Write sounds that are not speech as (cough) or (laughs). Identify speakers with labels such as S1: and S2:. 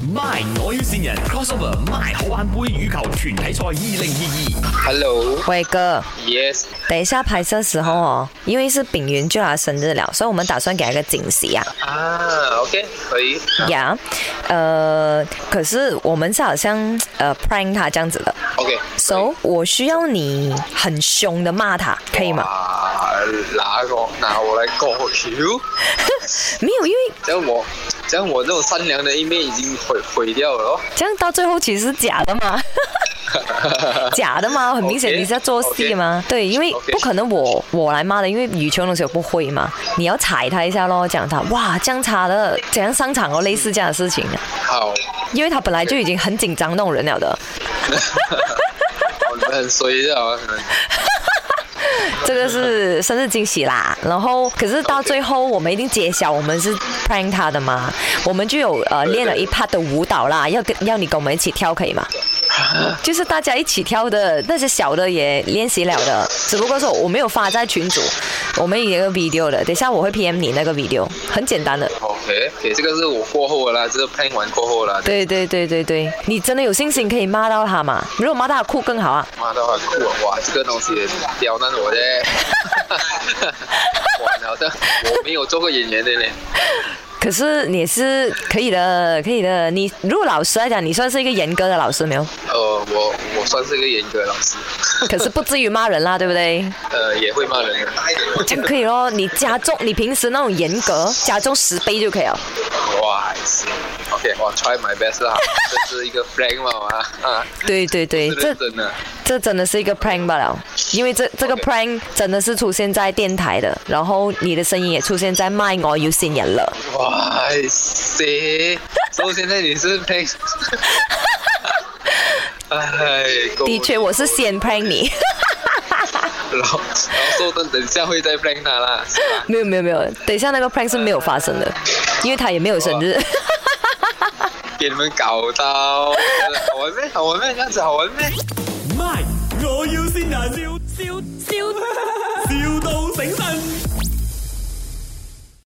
S1: My 我要线人 crossover My 好玩杯羽球團體賽二零二
S2: Hello,
S3: 伟哥，
S2: yes，
S3: 等一下拍摄时候哦，因为是炳云就要生日了，所以我们打算给他一个惊喜啊。
S2: 啊，OK，可以，
S3: 呀、呃，可是我们是好像呃 prank 他这样子的
S2: OK，
S3: ，so 我需要你很凶的骂他，可以吗？
S2: 啊，哪个？那我来过 Q，
S3: 没有，因为
S2: 这样我，这样我这种善良的一面已经毁毁掉 (laughs) 了哦。
S3: 这样到最后其实是假的
S2: (laughs)
S3: 嘛，假的嘛，很明显
S2: OK，
S3: 你是在做戏嘛。对，因为
S2: OK
S3: 不可能我我来骂的，因为羽球东西我不会嘛，你要踩他一下咯，讲他哇这样差的，怎样上场哦，类似这样的事情啊。
S2: 好，
S3: 因为他本来就已经很紧张那种人了的，
S2: 我们很衰的啊，可能
S3: 这个是生日惊喜啦。然后可是到最后我们一定揭晓我们是 prank 他的嘛，我们就有呃练了一 part 的舞蹈啦，要跟要你跟我们一起跳可以吗？就是大家一起跳的那些小的也练习了的，只不过说我没有发在群组，我们有一个 video 的，等一下我会 PM 你那个 video，很简单的。
S2: OK，给这个是我过后的啦，这个 plan 完过后啦。
S3: 对对对对对，你真的有信心可以骂到他嘛？如果骂到他哭更好啊。
S2: 妈的，很酷啊！哇，这个东西刁难我嘞。完了的，我没有做过演员的嘞。
S3: 可是你也是可以的，可以的。你如果老师来讲，你算是一个严格的老师没有？
S2: 呃，我我算是个严格的老师，
S3: 可是不至于骂人啦，对不对？ (laughs)
S2: 呃，也会骂人的。
S3: 这样可以咯。你加重你平时那种严格，加重十倍就可以了。
S2: 哇塞，OK，我 try my best
S3: (laughs)
S2: 啦，这是一个 flag 嘛嘛啊，
S3: 对对对，
S2: 是
S3: 这
S2: 认真啊的。
S3: 这真的是一个 prank 罢了，因为这这个 prank 真的是出现在电台的，然后你的声音也出现在卖我有新人了。
S2: 哇塞，所以现在你是
S3: (laughs)
S2: flag，哎，够
S3: 的确，我是先 prank 你， (laughs)
S2: 然后然后说等等一下会再 flag 他啦，是吧？
S3: 没有没有没有，等一下那个 prank 是没有发生的，因为他也没有生日。
S2: 给你们搞到，好玩咩？好玩咩？这样子好玩咩？
S1: 二 My 我要線人，笑笑笑，,笑到醒神。